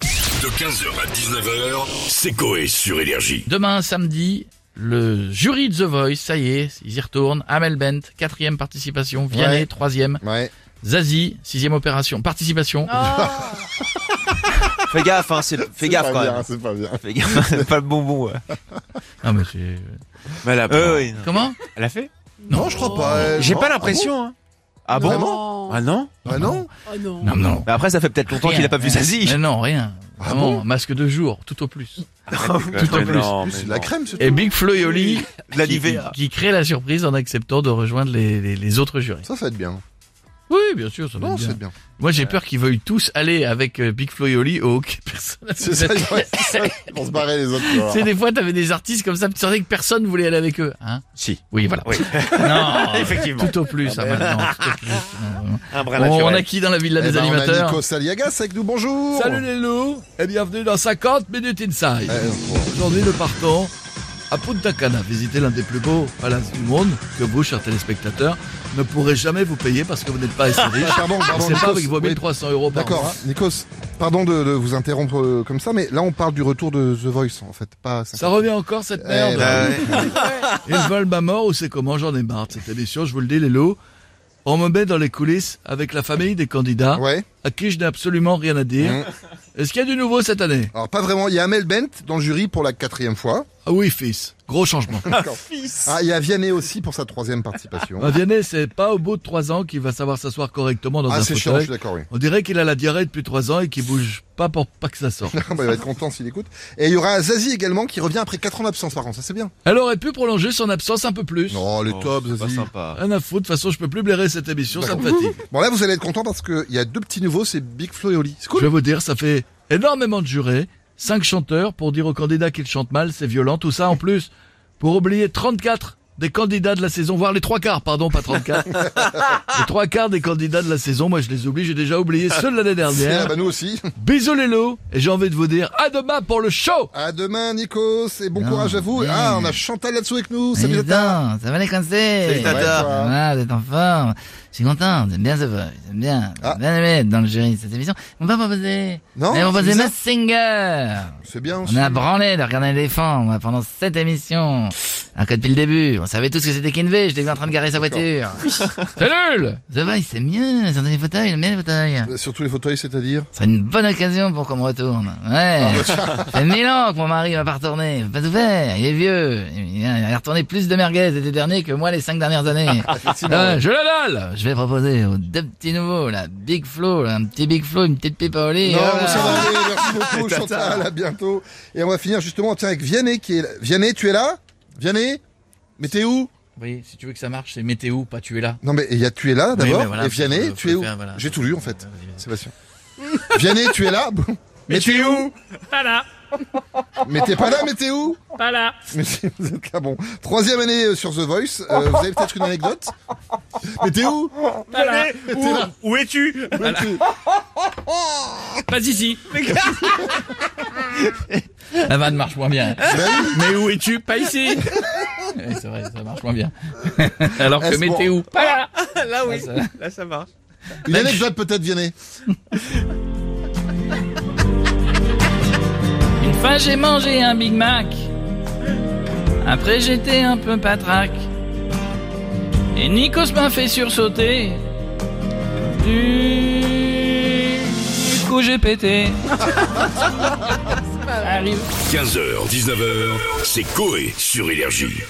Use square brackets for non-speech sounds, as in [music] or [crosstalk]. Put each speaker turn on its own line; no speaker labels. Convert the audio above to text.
De 15h à 19h, c'est Coé sur Énergie.
Demain, samedi, le jury de The Voice, ça y est, ils y retournent. Amel Bent, quatrième participation. Vianney,
Ouais.
troisième.
Ouais.
Zazie, sixième opération, participation.
Fais gaffe, hein, c'est- fais
C'est
gaffe
pas
quand
bien,
même.
C'est pas bien.
Fais gaffe, c'est pas le bon mot. ouais.
Non, mais c'est-
Mais elle a,
Euh, oui, non.
Comment
elle a fait
Non, je crois pas. elle.
J'ai
Non.
pas l'impression. hein. Ah
Ah
bon
Vraiment
Ah non
Ah non
Oh non.
Non, non.
Mais après, ça fait peut-être longtemps
Rien.
qu'il a pas vu
Mais
[laughs] Zazie.
non, rien.
Ah
Vraiment,
bon
masque de jour, tout au plus.
Tout
en plus.
Non, mais
C'est de la
non.
crème, c'est
Et
tout.
Big Flo et Oli,
De la
qui,
Nivea.
qui crée la surprise en acceptant de rejoindre les, les- les autres jurys.
Ça, ça va être bien.
Oui, bien sûr, ça va
Non,
être bien.
c'est bien.
Moi, j'ai peur qu'ils veuillent tous aller avec euh, Big Flo et Oli au hockey. Personne n'a
C'est ça,
voulu.
ouais, c'est ça. [laughs] Pour se barrer les autres. tu vois.
Tu sais, des fois, t'avais des artistes comme ça, tu sentais que personne voulait aller avec eux. Hein
Si.
oui, voilà.
Oui.
[laughs] non,
Effectivement.
tout au plus, ah, maintenant, tout au plus. Non, non.
Un brin
Bon, on
naturel.
a qui dans la villa
Eh
des
ben, on a
animateurs
Nico Saliagas avec nous, bonjour
Salut les loups et bienvenue dans 50 minutes inside.
Eh, bon.
Aujourd'hui, nous partons à Punta Cana, visiter l'un des plus beaux palaces du monde que vous, chers téléspectateurs, ne pourrez jamais vous payer parce que vous n'êtes pas assez [laughs] riche.
Pardon, pardon,
C'est Ah, pas
Nikos.
avec vos
Oui,
1300 euros par
D'accord,
an.
hein. Nikos, pardon de, de vous interrompre euh, comme ça, mais là on parle du retour de The Voice en fait, pas
Ça revient encore cette
Eh
merde.
ben,
Ils veulent ma mort ou c'est comment J'en ai marre de cette émission, je vous le dis les loups. On me met dans les coulisses avec la famille des candidats
Ouais,
à qui je n'ai absolument rien à dire.
Mm.
Est-ce qu'il y a du nouveau cette année
alors pas vraiment, il y a Amel Bent dans le jury pour la quatrième fois.
Ah oui fils, gros changement.
Ah, il y a Vianney aussi pour sa troisième
[laughs]
participation.
Un Vianney, c'est pas au bout de trois ans qu'il va savoir s'asseoir correctement dans
Ah
un
c'est chiant,
fauteuil.
je suis d'accord, oui.
On dirait qu'il a la diarrhée depuis trois ans et qu'il bouge pas pour pas que ça
[laughs]
sorte.
Bah, il va être content s'il écoute. Et il y aura Zazie également qui revient après 4 ans d'absence par contre, ça c'est bien.
Elle aurait pu prolonger son absence un peu plus.
Non, le
Oh,
top
c'est pas
Zazie.
sympa.
Rien à foutre, de toute façon je peux plus blairer cette émission, ça me fatigue.
Bon là vous allez être content parce qu'il y a deux petits nouveaux, c'est Big Flo et Oli. C'est
Je
cool.
vais vous dire, ça fait énormément de jurés, cinq chanteurs pour dire aux candidats qu'ils chantent mal, c'est violent, tout ça en plus, pour oublier 34 des candidats de la saison, voire les trois quarts, pardon, pas
[laughs]
34. les trois quarts des candidats de la saison, moi je les oublie, j'ai déjà oublié ceux de l'année
C'est là,
dernière.
bah nous aussi. [laughs]
Bisous les lots, et j'ai envie de vous dire à demain pour le show
À demain Nikos et bon
Non,
courage à vous.
mais-
Ah, on a Chantal là-dessous avec nous. Salut Chantal.
ça va les
Salut,
Ouais,
Tata.
toi.
Ah, vous êtes en forme. Je suis content. J'aime bien ce Voice. J'aime bien.
Ah.
J'aime bien les mettre dans le jury de cette émission. On va proposer.
Non,
On va
c'est
proposer
bizarre.
Mass Singer.
C'est bien aussi.
On a branlé de regarder un éléphant moi, pendant cette émission. Un code depuis le début. On savait tous que c'était Kinvey. Je l'ai vu en train de garer sa voiture.
[laughs]
c'est nul! The Voice, c'est mieux. Sur les fauteuils, le mieux les fauteuils.
Euh, Sur tous les fauteuils, c'est-à-dire
C'est une bonne occasion pour qu'on me retourne. Ouais.
Ah, bah,
Ça fait mille ans que mon mari m'a pas retourné. Pas tout faire. Il est vieux. Il a retourné plus de merguez l'été dernier que moi les cinq dernières années.
Ah,
Euh, je la dalle. Je vais proposer aux deux petits nouveaux, la Big Flo, là, un petit Big Flo, une petite pipe à Oli.
Non,
Voilà.
on s'en va aller. [laughs] Merci beaucoup, Chantal. À bientôt. Et on va finir justement tiens, avec Vianney qui est là. Vianney, tu es là Vianney Mais t'es où
Oui, si tu veux que ça marche, c'est météo, pas tu es là.
Non, mais il y a tu es là d'abord.
mais voilà,
et Vianney,
faut-
tu
faut
es où
faire, voilà.
J'ai tout lu en fait, Sébastien. Vianney, tu
[laughs]
es là Bon. Mais tu es où
Pas là,
Mais t'es pas là, mais t'es où
pas là.
Mais si vous êtes là, bon. Troisième année euh, sur The Voice. Euh, vous avez peut-être une anecdote Mais
[laughs]
t'es où
Voilà.
Où, où es-tu
Mais t'es-
Pas ici.
[laughs] La vanne marche moins bien.
Ben oui.
Mais où es-tu Pas ici. Oui, c'est vrai, ça marche moins bien. Alors que
Est-ce bon
météo, pas là.
Là, oui.
Ça,
Là, ça marche.
Une
Ben,
anecdote peut-être, Vianney.
Une fois j'ai mangé un Big Mac. Après j'étais un peu patraque. Et Nikos m'a fait sursauter. Du coup j'ai pété.
15h, 19h, c'est Coé sur Énergie.